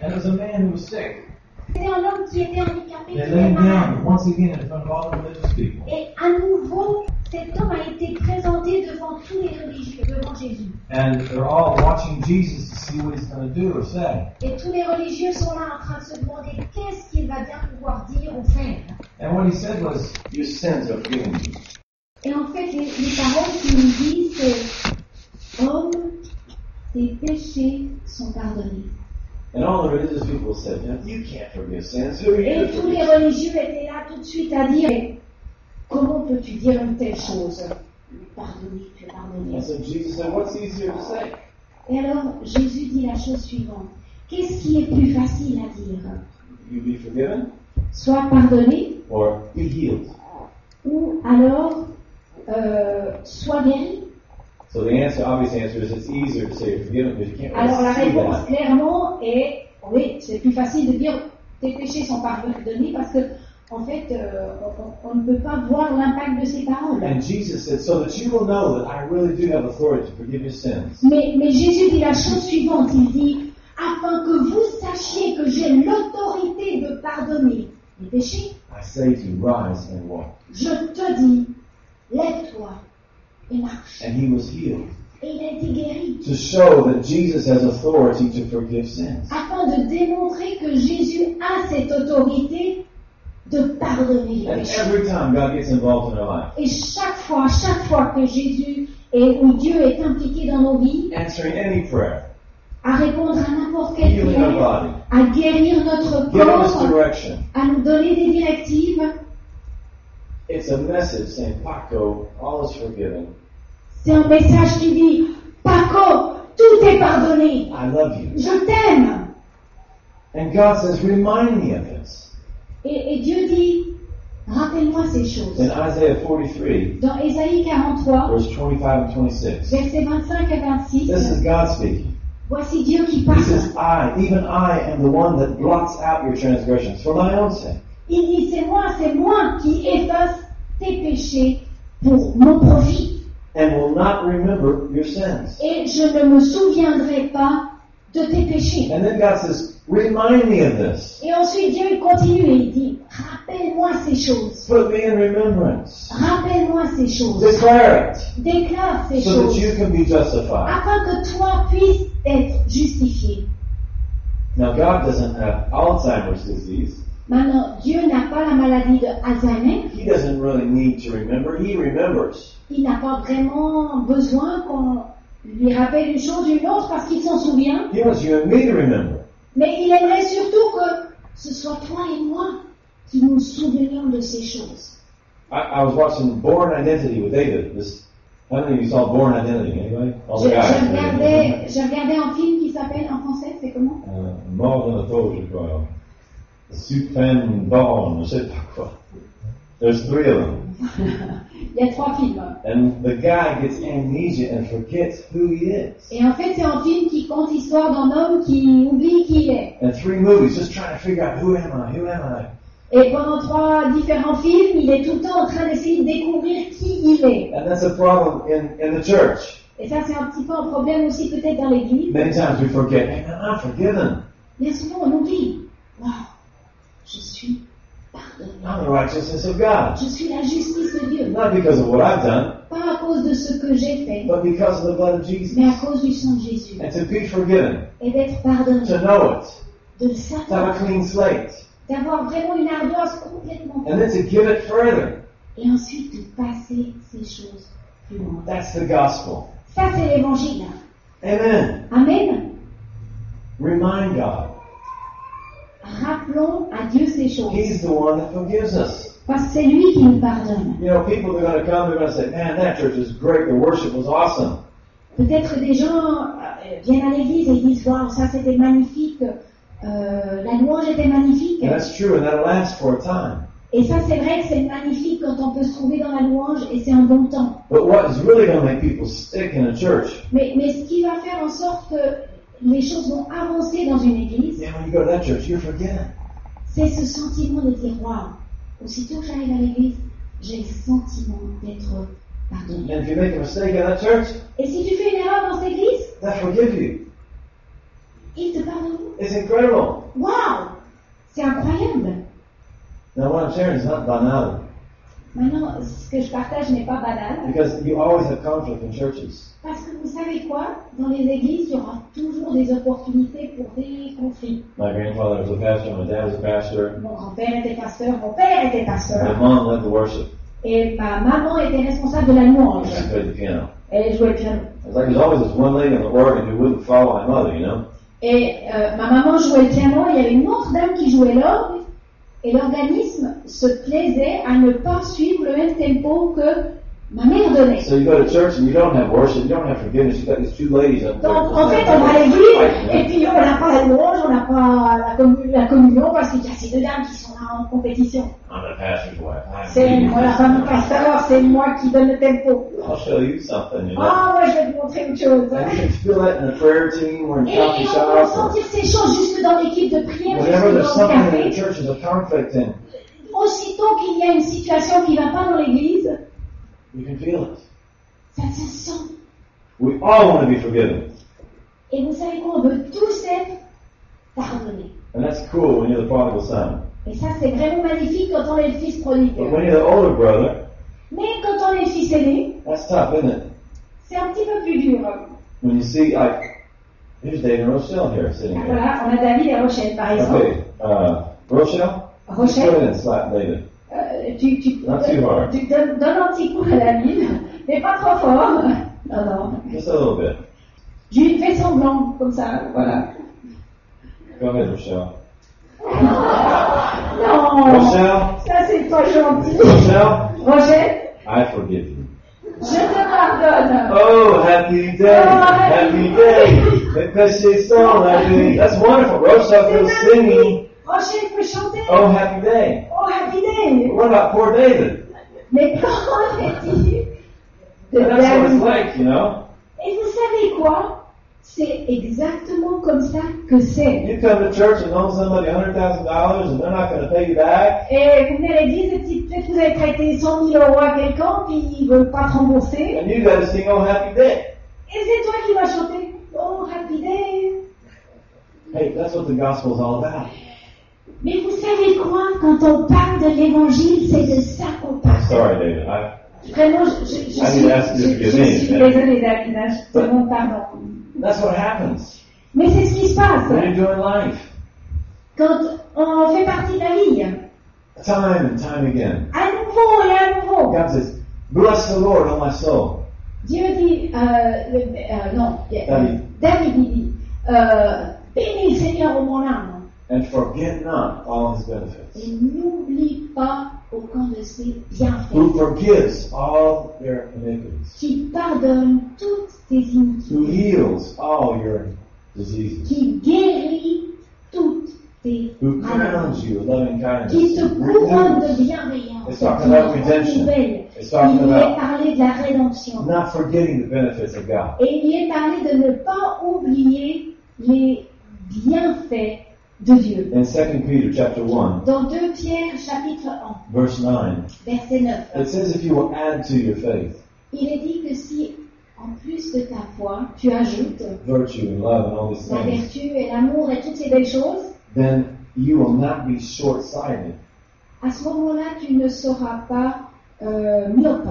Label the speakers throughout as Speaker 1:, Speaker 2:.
Speaker 1: And there was a man who was sick.
Speaker 2: C'était un homme qui était handicapé, qui
Speaker 1: They
Speaker 2: était
Speaker 1: laid him
Speaker 2: malade.
Speaker 1: down once again in front of all the religious people.
Speaker 2: Et à nouveau, cet homme a été présenté devant tous les religieux, devant Jésus.
Speaker 1: And they're all watching Jesus to see what he's going to do or say.
Speaker 2: Et tous les religieux sont là en train de se demander qu'est-ce qu'il va bien pouvoir dire ou faire.
Speaker 1: And what he said was, Your sins are forgiven you.
Speaker 2: Et en fait, les, les paroles qu'il nous dit, c'est Homme, tes péchés sont pardonnés.
Speaker 1: And all the religious people said, "Now, You can't forgive sins. Who are you?
Speaker 2: Et
Speaker 1: to
Speaker 2: tous les
Speaker 1: forgive?"
Speaker 2: religieux étaient là tout de suite à dire Mais Comment peux-tu dire une telle chose Lui pardonner, lui pardonner.
Speaker 1: And so Jesus said, What's easier to say?
Speaker 2: Et alors, Jésus dit la chose suivante Qu'est-ce qui est plus facile à dire
Speaker 1: You be forgiven
Speaker 2: Soit pardonné,
Speaker 1: or be healed?
Speaker 2: ou alors euh, soit guéri.
Speaker 1: So the answer, obvious answer is it's easier to say you're forgiven because you can't really
Speaker 2: Alors la
Speaker 1: see
Speaker 2: réponse
Speaker 1: that.
Speaker 2: clairement est oui, c'est plus facile de dire tes péchés sont pardonnés parce que en fait euh, on- on, on ne peut pas voir l'impact de ces paroles.
Speaker 1: And Jesus said, So that you will know that I really do have authority to forgive your sins.
Speaker 2: Mais, mais Jésus dit la chose suivante, il dit afin que vous sachiez que j'ai l'autorité de pardonner les péchés,
Speaker 1: I say to you, rise and walk.
Speaker 2: je te dis lève-toi et marche.
Speaker 1: And he was healed
Speaker 2: Et il a été guéri
Speaker 1: to show that Jesus has authority to forgive sins.
Speaker 2: afin de démontrer que Jésus a cette autorité de pardonner les
Speaker 1: And
Speaker 2: péchés.
Speaker 1: every time God gets involved in our life,
Speaker 2: Et chaque fois, chaque fois que Jésus et ou Dieu est impliqué dans nos vies,
Speaker 1: answering any prayer,
Speaker 2: à répondre à n'importe quelle
Speaker 1: healing our
Speaker 2: prière,
Speaker 1: body,
Speaker 2: à guérir notre
Speaker 1: giving us
Speaker 2: corps,
Speaker 1: direction,
Speaker 2: à nous donner des directives,
Speaker 1: It's a message saying, Paco, all is forgiven.
Speaker 2: c'est un message qui dit Paco, tout est pardonné,
Speaker 1: I love you.
Speaker 2: je t'aime.
Speaker 1: And God says, remind me of this.
Speaker 2: Et, et Dieu dit Rappelle-moi ces
Speaker 1: In
Speaker 2: choses.
Speaker 1: Isaiah 43,
Speaker 2: Dans Ésaïe 43,
Speaker 1: verse 25 and 26,
Speaker 2: versets 25 à
Speaker 1: this
Speaker 2: 26,
Speaker 1: is God speaking.
Speaker 2: voici Dieu qui
Speaker 1: He
Speaker 2: parle.
Speaker 1: says, I, even I, am the one that blots out your transgressions for my own sake.
Speaker 2: Il dit C'est moi, c'est moi qui efface tes péchés pour mon profit.
Speaker 1: And will not remember your sins.
Speaker 2: et je ne me souviendrai pas de tes péchés.
Speaker 1: And then God says, remind me of this.
Speaker 2: Et ensuite Dieu il continue et il dit, rappelle-moi ces choses,
Speaker 1: Put me in remembrance.
Speaker 2: rappelle-moi ces choses,
Speaker 1: Declare it.
Speaker 2: déclare ces
Speaker 1: So that you
Speaker 2: choses,
Speaker 1: can be justified.
Speaker 2: afin que toi puisses être justifié.
Speaker 1: Now, God doesn't have Alzheimer's disease.
Speaker 2: Maintenant, Dieu n'a pas la maladie de Alzheimer,
Speaker 1: He doesn't really need to remember. He remembers.
Speaker 2: il n'a pas vraiment besoin qu'on lui rappelle une chose ou une autre parce qu'il s'en souvient,
Speaker 1: He wants you and me to remember.
Speaker 2: mais il aimerait surtout que ce soit toi et moi qui nous souvenions de ces choses.
Speaker 1: I, I was watching Born Identity with David. This, how many of you saw Born Identity? Anybody? All
Speaker 2: Je,
Speaker 1: the
Speaker 2: je
Speaker 1: guys.
Speaker 2: regardais, je regardais un film qui s'appelle en français, c'est comment
Speaker 1: Euh, mort dans l'auto, je crois. Supreme Born, je sais pas quoi. There's three of them.
Speaker 2: Il y a trois films. hein.
Speaker 1: And the guy gets amnesia and forgets who he is.
Speaker 2: Et en fait, c'est un film qui compte l'histoire d'un homme qui oublie qui il est.
Speaker 1: And three movies just trying to figure out who am I, who am I.
Speaker 2: Et pendant trois différents films, il est tout le temps en train d'essayer de découvrir qui il est.
Speaker 1: And that's a problem in, in the church.
Speaker 2: Et ça, c'est un petit peu un problème aussi peut-être dans l'église.
Speaker 1: Many times we forget, man, I'm forgiven.
Speaker 2: Bien souvent, on oublie. Waouh, je suis pardonné.
Speaker 1: I'm the righteousness of God.
Speaker 2: Je suis la justice de Dieu.
Speaker 1: Not because of what I've done,
Speaker 2: Pas à cause de ce que j'ai fait,
Speaker 1: but because of the blood of Jesus.
Speaker 2: mais à cause du sang de Jésus.
Speaker 1: And to be forgiven,
Speaker 2: Et d'être pardonné,
Speaker 1: to know it,
Speaker 2: de le
Speaker 1: to have
Speaker 2: savoir.
Speaker 1: a clean slate,
Speaker 2: d'avoir vraiment une ardoise complètement
Speaker 1: and then to give it further.
Speaker 2: et ensuite de passer ces choses plus loin.
Speaker 1: That's the gospel.
Speaker 2: Ça, c'est l'évangile.
Speaker 1: Amen.
Speaker 2: Amen.
Speaker 1: Remind God.
Speaker 2: Rappelons à Dieu ces choses.
Speaker 1: He's the one that forgives us.
Speaker 2: Parce que c'est lui qui nous pardonne.
Speaker 1: You know, people are going to come, they're going to say, man, that church is great, the worship was awesome.
Speaker 2: Peut-être des gens euh, viennent à l'église et disent Waouh, ça c'était magnifique, Euh, la louange était magnifique.
Speaker 1: And that's true, and that'll last for a time.
Speaker 2: Et ça, c'est vrai que c'est magnifique quand on peut se trouver dans la louange et c'est un bon temps.
Speaker 1: But what is really going to make people stick in a church,
Speaker 2: Mais, mais ce qui va faire en sorte que les choses vont avancer dans une église,
Speaker 1: man, when you go to that church, you're forgiven.
Speaker 2: C'est ce sentiment de dire Waouh, aussitôt que j'arrive à l'église, j'ai le sentiment d'être
Speaker 1: And
Speaker 2: pardonné.
Speaker 1: if you make a mistake in that church,
Speaker 2: Et si tu fais une erreur dans cette église,
Speaker 1: they'll forgive you.
Speaker 2: il te pardonne.
Speaker 1: It's incredible.
Speaker 2: Waouh C'est incroyable.
Speaker 1: Now, what I'm sharing is not banal
Speaker 2: Maintenant, ce que je partage n'est pas banal.
Speaker 1: because you always have conflict in churches.
Speaker 2: Parce que vous savez quoi Dans les églises, il y aura toujours des opportunités pour des conflits.
Speaker 1: My grandfather was a pastor, my dad was a pastor,
Speaker 2: Mon grand-père était pasteur, mon père était
Speaker 1: my
Speaker 2: pasteur.
Speaker 1: mom led the worship,
Speaker 2: Et ma maman était responsable de la louange.
Speaker 1: and she played the piano.
Speaker 2: Elle jouait le piano.
Speaker 1: It's like there's always this one lady on the organ who wouldn't follow my mother, you know?
Speaker 2: Et euh, ma maman jouait le piano, il y avait une autre dame qui jouait l'orgue, et l'organisme se plaisait à ne pas suivre le même tempo que ma mère donnait.
Speaker 1: So you go to church and you don't have worship, you don't have forgiveness. You got these two ladies up there.
Speaker 2: Donc, en fait, on va à l'église, et puis on n'a pas la louange, on n'a pas la, commu- la communion, parce qu'il y a ces deux dames qui sont là en compétition.
Speaker 1: I'm the pastor's wife. I'm
Speaker 2: C'est
Speaker 1: leading
Speaker 2: moi la
Speaker 1: this.
Speaker 2: femme du pasteur, c'est moi qui donne le tempo.
Speaker 1: I'll show you something, you know.
Speaker 2: Ah, moi je vais te montrer autre chose.
Speaker 1: I can feel that in the prayer team or in
Speaker 2: Et, et
Speaker 1: coffee
Speaker 2: on peut
Speaker 1: shop or
Speaker 2: sentir ces choses jusque dans l'équipe de prière,
Speaker 1: whenever there's
Speaker 2: jusque dans le
Speaker 1: something in
Speaker 2: café.
Speaker 1: the church there's a conflict in,
Speaker 2: Aussitôt qu'il y a une situation qui ne va pas dans l'église,
Speaker 1: you can feel it.
Speaker 2: ça se sent.
Speaker 1: We all want to be forgiven.
Speaker 2: Et vous savez quoi, on veut tous être pardonnés.
Speaker 1: And that's cool when you're the prodigal son.
Speaker 2: Et ça, c'est vraiment magnifique quand on est le fils prodigue.
Speaker 1: But when you're the older brother,
Speaker 2: Mais quand on est le fils aîné,
Speaker 1: that's tough, isn't it?
Speaker 2: c'est un petit peu plus dur. Ah,
Speaker 1: When you see, like, here's David and Rochelle here sitting here.
Speaker 2: Voilà, on a David et Rochelle, par exemple.
Speaker 1: Okay, uh, Rochelle, just go
Speaker 2: Rochelle,
Speaker 1: in and slap David.
Speaker 2: euh, tu, tu,
Speaker 1: Not too hard.
Speaker 2: tu donnes, donnes un petit coup à la mine, mais pas trop fort. Non, non.
Speaker 1: Just a little bit.
Speaker 2: J'ai fait semblant, comme ça, voilà.
Speaker 1: Go ahead, Rochelle.
Speaker 2: Non,
Speaker 1: Rochelle,
Speaker 2: ça c'est pas gentil.
Speaker 1: Rochelle,
Speaker 2: Rochelle,
Speaker 1: I forgive you.
Speaker 2: je te pardonne.
Speaker 1: Oh, happy day, happy day, because she's so happy. That's wonderful. Rochelle
Speaker 2: C'est
Speaker 1: goes
Speaker 2: magnifique.
Speaker 1: singing,
Speaker 2: Rochelle peut chanter.
Speaker 1: oh, happy day.
Speaker 2: Oh, happy day!
Speaker 1: But what about poor David?
Speaker 2: Mais quand est-il de
Speaker 1: That's what it's
Speaker 2: David
Speaker 1: like, you know?
Speaker 2: Et vous savez quoi C'est exactement comme ça que c'est.
Speaker 1: You come to church and loan somebody $100,000 and they're not going to pay you back.
Speaker 2: Et vous venez à l'église et puis peut-être vous avez prêté 100 000 euros à quelqu'un, puis ils ne veulent pas te rembourser.
Speaker 1: And you got to sing, oh, happy day.
Speaker 2: Et c'est toi qui vas chanter Oh, happy day!
Speaker 1: Hey, that's what the gospel is all about.
Speaker 2: Mais vous savez quoi Quand on parle de l'évangile, c'est de ça qu'on parle.
Speaker 1: Sorry, David. I,
Speaker 2: Vraiment, je, je- je
Speaker 1: Ah,
Speaker 2: suis,
Speaker 1: il a- il a-
Speaker 2: je- je
Speaker 1: il a-
Speaker 2: suis
Speaker 1: il a-
Speaker 2: désolée, David, hein, je te demande pardon.
Speaker 1: that's what happens
Speaker 2: Mais c'est ce qui se passe.
Speaker 1: when you're doing life.
Speaker 2: quand on fait partie de la ligne,
Speaker 1: Time and time again.
Speaker 2: à nouveau et à nouveau.
Speaker 1: God says, bless the Lord, oh, my soul.
Speaker 2: Dieu dit, euh, le- euh, non,
Speaker 1: David.
Speaker 2: David il dit, euh, bénis le Seigneur au mon âme
Speaker 1: and forget not all his benefits.
Speaker 2: et n'oublie pas aucun de ses
Speaker 1: Who
Speaker 2: bienfaits,
Speaker 1: forgives all your iniquities.
Speaker 2: qui pardonne toutes tes
Speaker 1: Who
Speaker 2: iniquités,
Speaker 1: heals all your diseases.
Speaker 2: qui guérit toutes tes
Speaker 1: Who
Speaker 2: maladies,
Speaker 1: crowns you with loving
Speaker 2: qui
Speaker 1: kindness.
Speaker 2: te couronne de
Speaker 1: Renews.
Speaker 2: bienveillance,
Speaker 1: It's
Speaker 2: qui
Speaker 1: talking about redemption.
Speaker 2: renouvelle.
Speaker 1: It's talking
Speaker 2: Il y est
Speaker 1: about
Speaker 2: parlé de la rédemption.
Speaker 1: not forgetting the benefits of God.
Speaker 2: Et il est parlé de ne pas oublier les bienfaits de Dieu.
Speaker 1: In 2 Peter chapter 1,
Speaker 2: Dans 2 Pierre chapitre 1,
Speaker 1: verse 9,
Speaker 2: verset 9,
Speaker 1: it says if you will add to your faith
Speaker 2: il est dit que si, en plus de ta foi, tu ajoutes
Speaker 1: virtue and love and all these
Speaker 2: la
Speaker 1: things,
Speaker 2: vertu et l'amour et toutes ces belles choses,
Speaker 1: then you will not be short-sighted.
Speaker 2: à ce moment-là, tu ne seras pas euh, myope.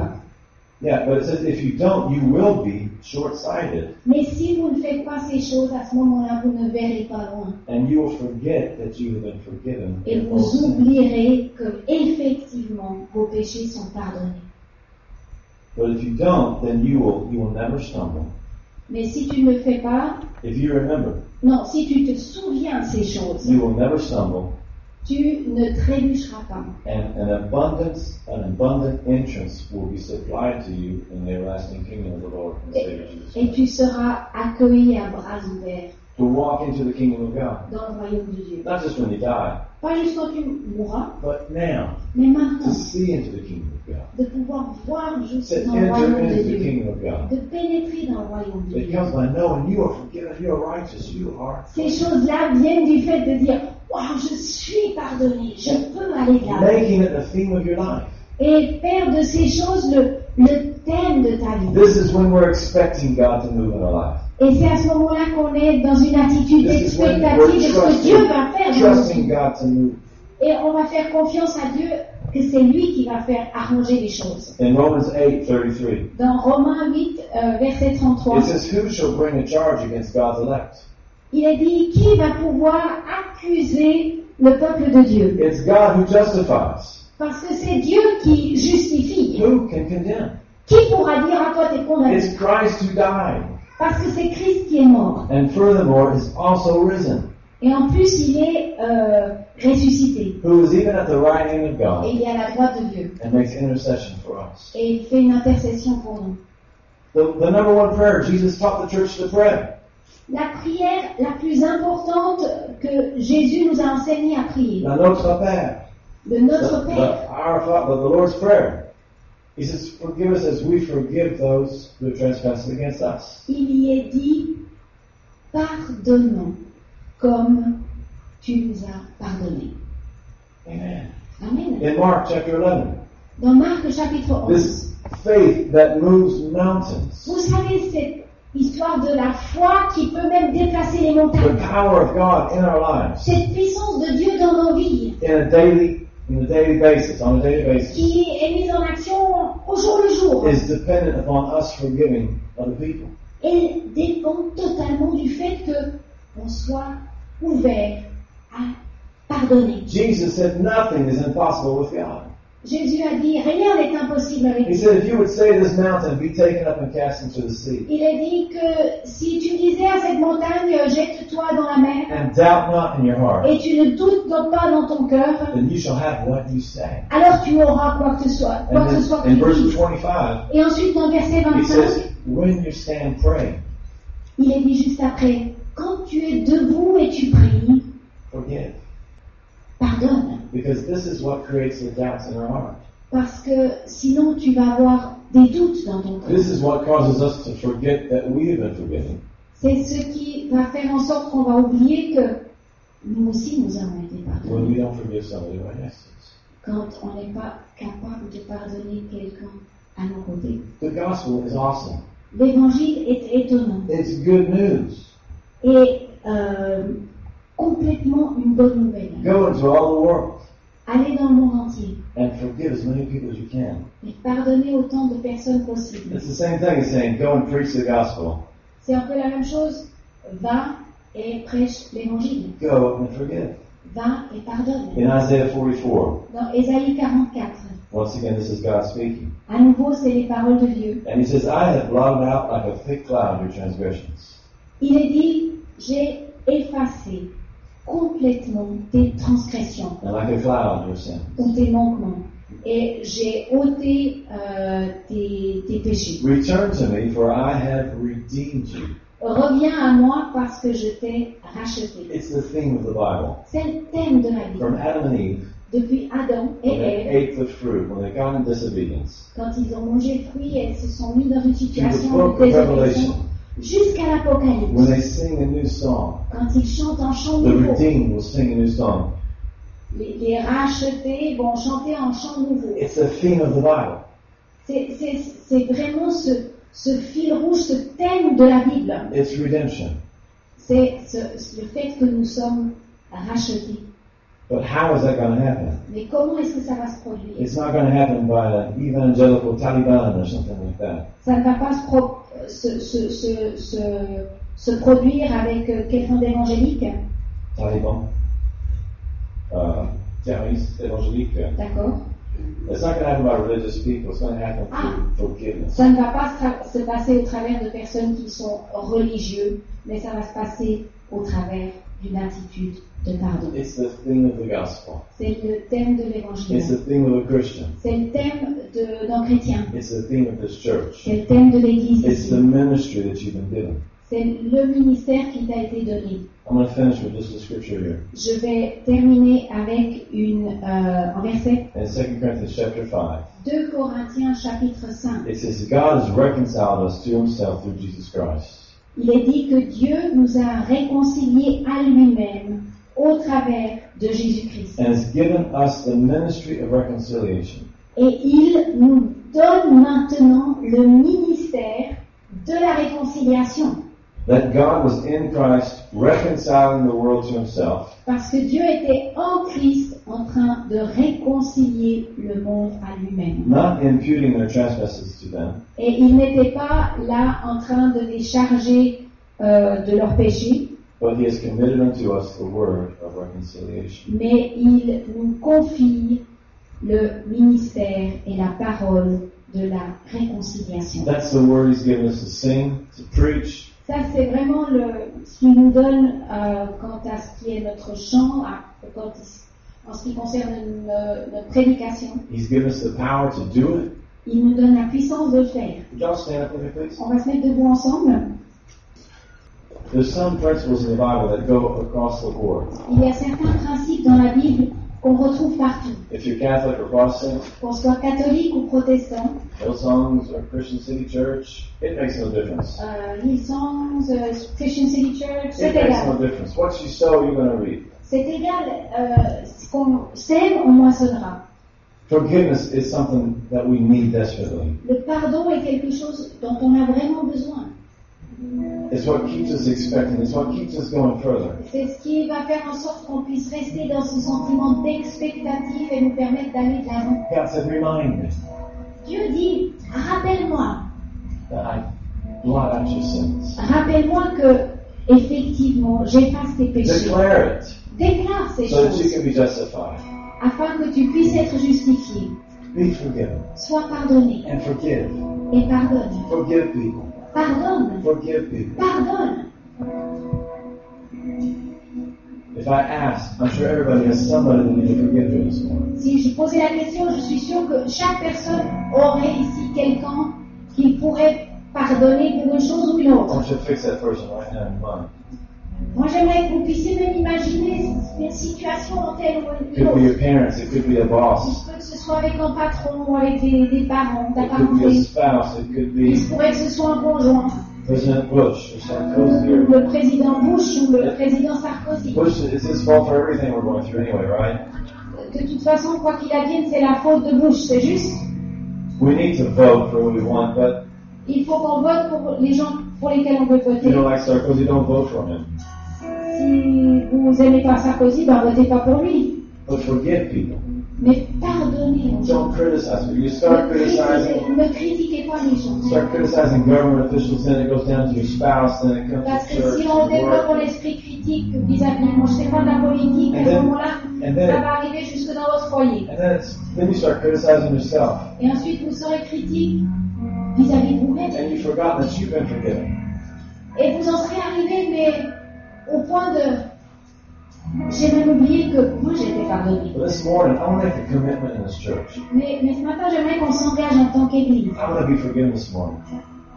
Speaker 1: Yeah, but it says if you don't, you will be short-sighted.
Speaker 2: Mais si vous ne faites pas ces choses, à ce moment-là, vous ne verrez pas loin.
Speaker 1: And you will forget that you have been forgiven.
Speaker 2: Et
Speaker 1: of all
Speaker 2: vous
Speaker 1: sin.
Speaker 2: oublierez que, effectivement, vos péchés sont pardonnés.
Speaker 1: But if you don't, then you will you will never stumble.
Speaker 2: Mais si tu ne le fais pas,
Speaker 1: If you remember,
Speaker 2: Non, si tu te souviens de ces choses,
Speaker 1: you will never stumble,
Speaker 2: tu ne trébucheras pas.
Speaker 1: and an abundance, an abundant entrance will be supplied to you in the everlasting kingdom of the Lord and Savior Jesus.
Speaker 2: Et
Speaker 1: Christ.
Speaker 2: tu seras accueilli à bras ouverts
Speaker 1: To walk into the kingdom of God,
Speaker 2: dans le royaume de Dieu.
Speaker 1: not just when you die,
Speaker 2: Pas juste quand tu mourras,
Speaker 1: but now
Speaker 2: mais
Speaker 1: to
Speaker 2: maintenant,
Speaker 1: see into the kingdom of God,
Speaker 2: de pouvoir voir
Speaker 1: to
Speaker 2: juste dans le
Speaker 1: enter
Speaker 2: royaume de
Speaker 1: into the
Speaker 2: Dieu,
Speaker 1: kingdom of God.
Speaker 2: de pénétrer dans le royaume de
Speaker 1: It
Speaker 2: Dieu.
Speaker 1: comes by knowing you are forgiven, you are righteous, you are.
Speaker 2: Ces choses-là viennent du fait de dire Waouh, je suis pardonné, je peux aller de l'avant.
Speaker 1: Making it the theme of your life.
Speaker 2: Et faire de ces choses le, le thème de ta vie.
Speaker 1: This is when we're expecting God to move in our life.
Speaker 2: Et c'est à ce moment-là qu'on est dans une attitude
Speaker 1: This is when we're
Speaker 2: expectative de ce que Dieu
Speaker 1: trusting,
Speaker 2: va faire. dans nous.
Speaker 1: trusting God to move.
Speaker 2: Et on va faire confiance à Dieu que c'est lui qui va faire arranger les choses.
Speaker 1: In Romans 8, 33,
Speaker 2: Dans Romains 8, euh, verset 33,
Speaker 1: it says, Who shall bring a charge against God's elect?
Speaker 2: il est dit, qui va pouvoir accuser le peuple de Dieu
Speaker 1: It's God who justifies.
Speaker 2: Parce que c'est Dieu qui justifie.
Speaker 1: Who can condemn?
Speaker 2: Qui pourra dire à toi t'es condamné
Speaker 1: It's Christ who died,
Speaker 2: Parce que c'est Christ qui est mort.
Speaker 1: and furthermore is also risen,
Speaker 2: Et en plus, il est euh, ressuscité.
Speaker 1: who is even at the right hand of
Speaker 2: Et
Speaker 1: God
Speaker 2: il est à la droite de Dieu.
Speaker 1: and makes intercession for us.
Speaker 2: Et il fait une intercession pour nous.
Speaker 1: The, the number one prayer Jesus taught the church to pray.
Speaker 2: La prière la plus importante que Jésus nous a enseigné à prier,
Speaker 1: La Notre Père.
Speaker 2: de
Speaker 1: The,
Speaker 2: notre Père,
Speaker 1: the, our, Fa- the, the Lord's Prayer. He says, Forgive us as we forgive those who trespass against us.
Speaker 2: il y est dit pardonnons comme tu nous as pardonné.
Speaker 1: Amen.
Speaker 2: Amen.
Speaker 1: In Mark chapter 11,
Speaker 2: Dans Marc chapitre 11,
Speaker 1: this faith that moves mountains,
Speaker 2: vous savez cette histoire de la foi qui peut même déplacer les
Speaker 1: the
Speaker 2: montagnes,
Speaker 1: power of God in our lives,
Speaker 2: cette puissance de Dieu dans nos vies
Speaker 1: in a daily, in a daily basis, on a daily basis,
Speaker 2: qui est mise en action au jour le jour
Speaker 1: is dependent upon us forgiving other people.
Speaker 2: et dépend totalement du fait que on soit ouvert à pardonner.
Speaker 1: Jesus said, Nothing is impossible with God.
Speaker 2: Jésus a dit rien n'est impossible avec
Speaker 1: He
Speaker 2: Dieu.
Speaker 1: said, If you would say this mountain, be taken up and cast into the sea,
Speaker 2: Il a dit que si tu disais à cette montagne, jette-toi dans la mer,
Speaker 1: and doubt not in your heart,
Speaker 2: et tu ne doutes donc pas dans ton cœur,
Speaker 1: then you shall have what you say.
Speaker 2: alors tu auras quoi que ce soit, quoi
Speaker 1: And
Speaker 2: que ce soit
Speaker 1: then
Speaker 2: que
Speaker 1: in verse
Speaker 2: tu dises.
Speaker 1: 25,
Speaker 2: Et ensuite, dans verset
Speaker 1: he
Speaker 2: 25,
Speaker 1: says, When you stand praying,
Speaker 2: il est dit juste après, quand tu es debout et tu pries,
Speaker 1: forgive.
Speaker 2: pardonne,
Speaker 1: Because this is what creates the doubts in our heart.
Speaker 2: parce que sinon tu vas avoir des doutes dans ton cœur.
Speaker 1: This is what causes us to forget that we have been forgiven.
Speaker 2: C'est ce qui va faire en sorte qu'on va oublier que nous aussi, nous avons été
Speaker 1: When
Speaker 2: pardonnés.
Speaker 1: we don't forgive somebody who has us.
Speaker 2: Quand on n'est pas capable de pardonner quelqu'un à nos côtés.
Speaker 1: The gospel is awesome.
Speaker 2: L'évangile est étonnant
Speaker 1: It's good news.
Speaker 2: et euh, complètement une bonne nouvelle.
Speaker 1: Go into all the world
Speaker 2: Allez dans le monde entier
Speaker 1: and forgive as many people as you can.
Speaker 2: et pardonnez autant de personnes possible.
Speaker 1: It's the same thing as saying, go and preach the gospel.
Speaker 2: C'est un peu la même chose. Va et prêche l'évangile.
Speaker 1: Go and forgive.
Speaker 2: Va et pardonne.
Speaker 1: In Isaiah 44,
Speaker 2: Dans Ésaïe 44,
Speaker 1: once again, this is God speaking.
Speaker 2: à nouveau, c'est les paroles de Dieu.
Speaker 1: And he says, I have blotted out like a thick cloud your transgressions.
Speaker 2: Il est dit, j'ai effacé complètement tes transgressions
Speaker 1: And like a cloud your sin.
Speaker 2: ou tes manquements et j'ai ôté euh, tes, tes péchés.
Speaker 1: Return to me, for I have redeemed you.
Speaker 2: Reviens à moi parce que je t'ai racheté.
Speaker 1: It's the theme of the Bible.
Speaker 2: C'est le thème de la Bible.
Speaker 1: From Adam and Eve,
Speaker 2: Depuis Adam et
Speaker 1: when they
Speaker 2: Ève,
Speaker 1: ate the fruit, when they got in disobedience,
Speaker 2: quand ils ont mangé le fruit, elles se sont mis dans une
Speaker 1: to the
Speaker 2: situation
Speaker 1: book
Speaker 2: de
Speaker 1: of
Speaker 2: désolation
Speaker 1: Revelation,
Speaker 2: jusqu'à
Speaker 1: when
Speaker 2: l'Apocalypse.
Speaker 1: they sing a new song,
Speaker 2: Quand ils chantent en chant
Speaker 1: the
Speaker 2: nouveau,
Speaker 1: redeemed will sing a new song.
Speaker 2: les, les rachetés vont chanter en chant nouveau.
Speaker 1: It's the theme of the Bible.
Speaker 2: C'est- C'est c'est vraiment ce, ce fil rouge, ce thème de la Bible.
Speaker 1: It's redemption.
Speaker 2: C'est ce- le fait que nous sommes rachetés.
Speaker 1: But how is that going to happen?
Speaker 2: Mais comment est-ce que ça va se produire
Speaker 1: It's not going to happen by an evangelical Taliban or something like that.
Speaker 2: Ça ne va pas se, pro- euh, se, se, se, se- se produire avec euh, quelqu'un d'évangélique,
Speaker 1: Taliban. Uh, terroristes évangéliques.
Speaker 2: d'accord
Speaker 1: It's not going to happen by religious people. It's going to happen through forgiveness.
Speaker 2: Ça ne va pas se, tra- se passer au travers de personnes qui sont religieuses, mais ça va se passer au travers d'une attitude de pardon.
Speaker 1: It's the theme of the gospel.
Speaker 2: C'est le thème de
Speaker 1: It's the
Speaker 2: l'évangile.
Speaker 1: theme of a Christian.
Speaker 2: C'est le thème de- d'un chrétien.
Speaker 1: It's the theme of this church.
Speaker 2: C'est le thème de l'Église.
Speaker 1: It's
Speaker 2: ici.
Speaker 1: the ministry that you've been given.
Speaker 2: C'est le ministère qui t'a été donné.
Speaker 1: I'm going to finish with just a scripture here.
Speaker 2: Je vais terminer avec une, euh, un verset
Speaker 1: In 2 Corinthians chapter 5,
Speaker 2: 2 Corinthiens chapitre 5.
Speaker 1: it says, God has reconciled us to himself through Jesus Christ.
Speaker 2: Il est dit que Dieu nous a réconciliés à lui-même au travers de Jésus-Christ.
Speaker 1: and has given us the ministry of reconciliation.
Speaker 2: Et il nous donne maintenant le ministère de la réconciliation.
Speaker 1: that God was in Christ reconciling the world to himself,
Speaker 2: Parce que Dieu était en Christ en train de réconcilier le monde à lui-même.
Speaker 1: not imputing their trespasses to them,
Speaker 2: Et il n'était pas là en train de les charger euh, de leurs péchés,
Speaker 1: but he has committed unto us the word of reconciliation.
Speaker 2: mais il nous confie le ministère et la parole de la réconciliation.
Speaker 1: That's the word he's given us to sing, to preach,
Speaker 2: Ça, c'est vraiment le, ce qu'il nous donne euh, quant à ce qui est notre chant, à- quant- en ce qui concerne no- notre prédication.
Speaker 1: he's given us the power to do it.
Speaker 2: Il nous donne la puissance de le faire.
Speaker 1: Would y'all stand up with me, please?
Speaker 2: On va se mettre debout ensemble.
Speaker 1: There's some principles in the Bible that go across the board.
Speaker 2: Il y a certains principes dans la Bible qu'on retrouve partout,
Speaker 1: If you're Catholic or Protestant,
Speaker 2: qu'on soit catholique ou protestant,
Speaker 1: Hillsongs or Christian City Church, it makes no difference.
Speaker 2: euh, Hillsong, euh, Christian City Church, c'est
Speaker 1: It makes
Speaker 2: égal.
Speaker 1: no difference. What you sow, you're going to reap.
Speaker 2: C'est égal, euh, ce qu'on sème, on moissonnera.
Speaker 1: Forgiveness is something that we need desperately.
Speaker 2: Le pardon est quelque chose dont on a vraiment besoin.
Speaker 1: It's what keeps us expecting. It's what keeps us going further.
Speaker 2: C'est ce qui va faire en sorte qu'on puisse rester dans ce sentiment d'expectative et nous permettre d'aller de l'avant.
Speaker 1: God said, remind me
Speaker 2: Dieu dit, rappelle-moi,
Speaker 1: that I blot out your sins.
Speaker 2: rappelle-moi que, effectivement, j'efface tes péchés.
Speaker 1: Declare it
Speaker 2: Déclare ces
Speaker 1: so that you
Speaker 2: choses
Speaker 1: can be justified.
Speaker 2: afin que tu puisses être justifié.
Speaker 1: Be forgiven
Speaker 2: Sois pardonné
Speaker 1: and forgive.
Speaker 2: et pardonne.
Speaker 1: Forgive people.
Speaker 2: Pardonne,
Speaker 1: Forgive people.
Speaker 2: pardonne.
Speaker 1: If I ask, I'm sure everybody has somebody that needs forgiveness this morning.
Speaker 2: Si je posais la question, je suis sûre que chaque personne aurait ici quelqu'un qui pourrait pardonner pour une chose ou une
Speaker 1: I
Speaker 2: autre.
Speaker 1: want you to fix that person right now in mind.
Speaker 2: Moi, j'aimerais que vous puissiez même imaginer une situation en telle ou
Speaker 1: It could
Speaker 2: une
Speaker 1: be
Speaker 2: autre.
Speaker 1: your parents. It could be a
Speaker 2: Il
Speaker 1: boss.
Speaker 2: se peut que ce soit avec un patron ou avec des, des parents, ta
Speaker 1: It could be a
Speaker 2: parenté.
Speaker 1: spouse. It could
Speaker 2: Il
Speaker 1: be
Speaker 2: se pourrait que ce soit un conjoint,
Speaker 1: President Bush or Sarkozy or
Speaker 2: le président Bush ou le président Sarkozy.
Speaker 1: Bush, it's his fault for everything we're going through anyway, right?
Speaker 2: De toute façon, quoi qu'il advienne, c'est la faute de Bush, c'est juste.
Speaker 1: We need to vote for who we want, but
Speaker 2: Il faut qu'on vote pour les gens pour lesquels on veut
Speaker 1: you
Speaker 2: voter.
Speaker 1: know, like Sarkozy, don't vote for him.
Speaker 2: Si vous n'aimez pas Sarkozy, ben votez pas pour lui.
Speaker 1: But forgive people.
Speaker 2: Mais pardonnez aux gens.
Speaker 1: Don't criticize people. You start
Speaker 2: Ne critiquez,
Speaker 1: criticizing,
Speaker 2: ne critiquez pas les gens.
Speaker 1: start criticizing government officials, then it goes down to your spouse, then it
Speaker 2: Parce
Speaker 1: comes to
Speaker 2: que
Speaker 1: church,
Speaker 2: si on
Speaker 1: to
Speaker 2: développe
Speaker 1: work,
Speaker 2: l'esprit critique vis-à-vis, moi je ne fais pas de la politique, à
Speaker 1: And
Speaker 2: ce
Speaker 1: then-
Speaker 2: moment-là,
Speaker 1: and then-
Speaker 2: ça va arriver jusque dans votre foyer.
Speaker 1: and then it's, then you start criticizing yourself,
Speaker 2: Et ensuite, vous serez critique vis-à-vis de
Speaker 1: and
Speaker 2: vous-même.
Speaker 1: you've forgotten that you've been forgiven.
Speaker 2: Et vous en serez arrivé, mais au point de. J'ai même oublié que moi j'étais pardonné.
Speaker 1: But this morning, I want to make a commitment in this church.
Speaker 2: Mais, mais ce matin, j'aimerais qu'on s'engage en tant qu'Église
Speaker 1: I want to be forgiven this morning.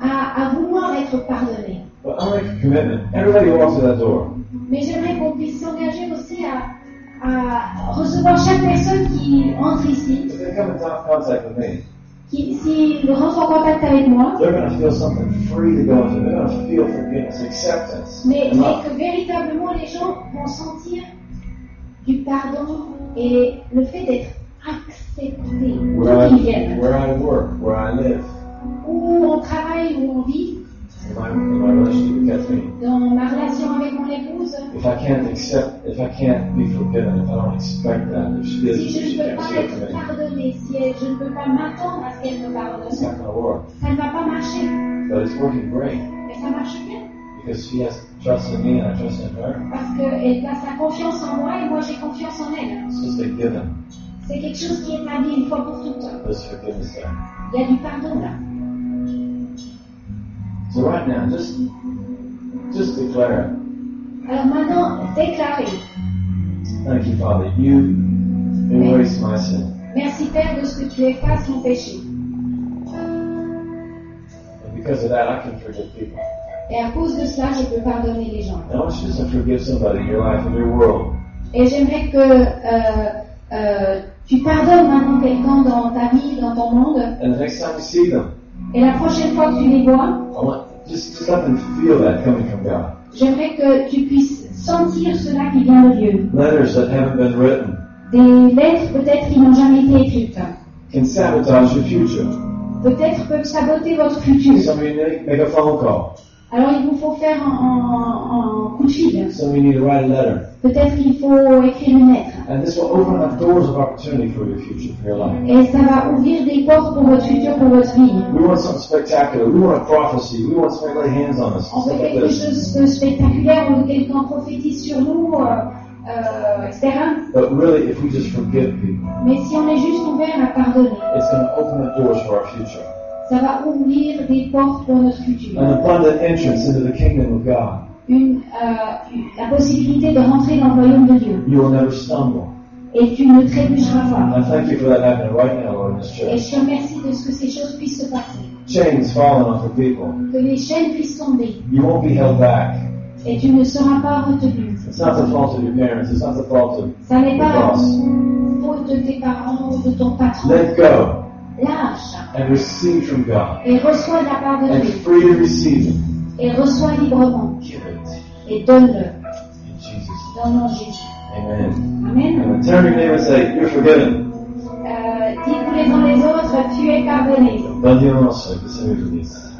Speaker 2: à, à vouloir être pardonné.
Speaker 1: But I want to make a commitment. Everybody who walks through that door.
Speaker 2: Mais j'aimerais qu'on puisse s'engager aussi à, à recevoir chaque personne qui entre ici.
Speaker 1: If they come in top contact with me,
Speaker 2: qui, s'il rentre en contact avec moi,
Speaker 1: they're going to feel something free to go into. They're going to feel forgiveness, acceptance,
Speaker 2: mais,
Speaker 1: and
Speaker 2: mais
Speaker 1: love.
Speaker 2: que véritablement les gens vont sentir du pardon et le fait d'être accepté d'où
Speaker 1: Where I,
Speaker 2: ils viennent,
Speaker 1: where I work, where I live,
Speaker 2: où on travaille, où on vit,
Speaker 1: in my, in my relationship with Kathleen.
Speaker 2: dans ma relation avec mon épouse.
Speaker 1: If I can't accept, if I can't be forgiven, if I don't expect that, if she
Speaker 2: Si
Speaker 1: is, if
Speaker 2: je
Speaker 1: she
Speaker 2: ne peux
Speaker 1: can't accept
Speaker 2: pas être
Speaker 1: me,
Speaker 2: pardonnée, si elle- je ne peux pas m'attendre à ce qu'elle me pardonne,
Speaker 1: it's not going to work.
Speaker 2: ça ne va pas marcher.
Speaker 1: But it's working great
Speaker 2: Mais ça marche bien
Speaker 1: because she has trust in me and I trust in her.
Speaker 2: parce qu'elle place sa confiance en moi et moi j'ai confiance en elle.
Speaker 1: It's just a given.
Speaker 2: C'est quelque chose qui est établi une fois pour toutes.
Speaker 1: There's forgiveness there.
Speaker 2: Il y a du pardon là.
Speaker 1: So right now, just just declare it.
Speaker 2: Alors maintenant, déclarez.
Speaker 1: Thank you, Father. You erase my sin.
Speaker 2: Merci Père de ce que tu effaces mon péché.
Speaker 1: And because of that, I can forgive people.
Speaker 2: Et à cause de cela, je peux pardonner les gens.
Speaker 1: And I want you just to forgive somebody in your life, in your world.
Speaker 2: Et j'aimerais que euh, euh, tu pardonnes maintenant quelqu'un dans ta vie, dans ton monde.
Speaker 1: And the next time you see them,
Speaker 2: Et la prochaine fois que tu les vois,
Speaker 1: I want just, just let them feel that coming from God.
Speaker 2: j'aimerais que tu puisses sentir cela qui vient de Dieu.
Speaker 1: Letters that haven't been written
Speaker 2: Des lettres peut-être qui n'ont jamais été écrites.
Speaker 1: can sabotage your future.
Speaker 2: Peut-être peuvent saboter votre futur.
Speaker 1: Somebody make, make a phone call.
Speaker 2: Alors il vous faut faire en, en- en coup de fil.
Speaker 1: So we need to write a letter.
Speaker 2: Peut-être qu'il faut écrire une lettre.
Speaker 1: And this will open up doors of opportunity for your future, for your life.
Speaker 2: Et ça va ouvrir des portes pour votre futur, pour votre vie.
Speaker 1: We want something spectacular. We want a prophecy. We want somebody to lay hands on us.
Speaker 2: On veut
Speaker 1: Stuff like
Speaker 2: quelque
Speaker 1: this.
Speaker 2: chose de spectaculaire, on veut que quelqu'un prophétise sur nous, euh, euh, etc.
Speaker 1: But really, if we just forgive people,
Speaker 2: Mais si on est juste ouvert à pardonner,
Speaker 1: it's going to open up doors for our future.
Speaker 2: ça va ouvrir des portes pour notre futur.
Speaker 1: An abundant entrance into the kingdom of God.
Speaker 2: Une, euh, une- la possibilité de rentrer dans le royaume de Dieu.
Speaker 1: You will never stumble.
Speaker 2: Et tu ne trébucheras
Speaker 1: And
Speaker 2: pas.
Speaker 1: I thank you for that happening right now, Lord, in this
Speaker 2: Et
Speaker 1: church.
Speaker 2: je te remercie de ce que ces choses puissent se passer.
Speaker 1: Chains falling off of people.
Speaker 2: Que les chaînes puissent tomber.
Speaker 1: You won't be held back.
Speaker 2: Et tu ne seras pas retenu.
Speaker 1: It's not the fault of your parents. It's not the fault of
Speaker 2: Ça n'est
Speaker 1: your
Speaker 2: pas la
Speaker 1: boss.
Speaker 2: faute de tes parents ou de ton patron.
Speaker 1: Let go
Speaker 2: Lâche
Speaker 1: and receive from God.
Speaker 2: et reçois de la part de
Speaker 1: And
Speaker 2: Dieu.
Speaker 1: free to receive it.
Speaker 2: Et reçois librement.
Speaker 1: Give it.
Speaker 2: Et donne-le
Speaker 1: In Jesus' name.
Speaker 2: dans le nom de Jésus.
Speaker 1: Amen.
Speaker 2: Amen.
Speaker 1: And turn to your neighbor and say, You're forgiven.
Speaker 2: Euh, Dites-vous les uns les autres, tu es pardonné.
Speaker 1: Daniel also, que Seigneur te bénisse.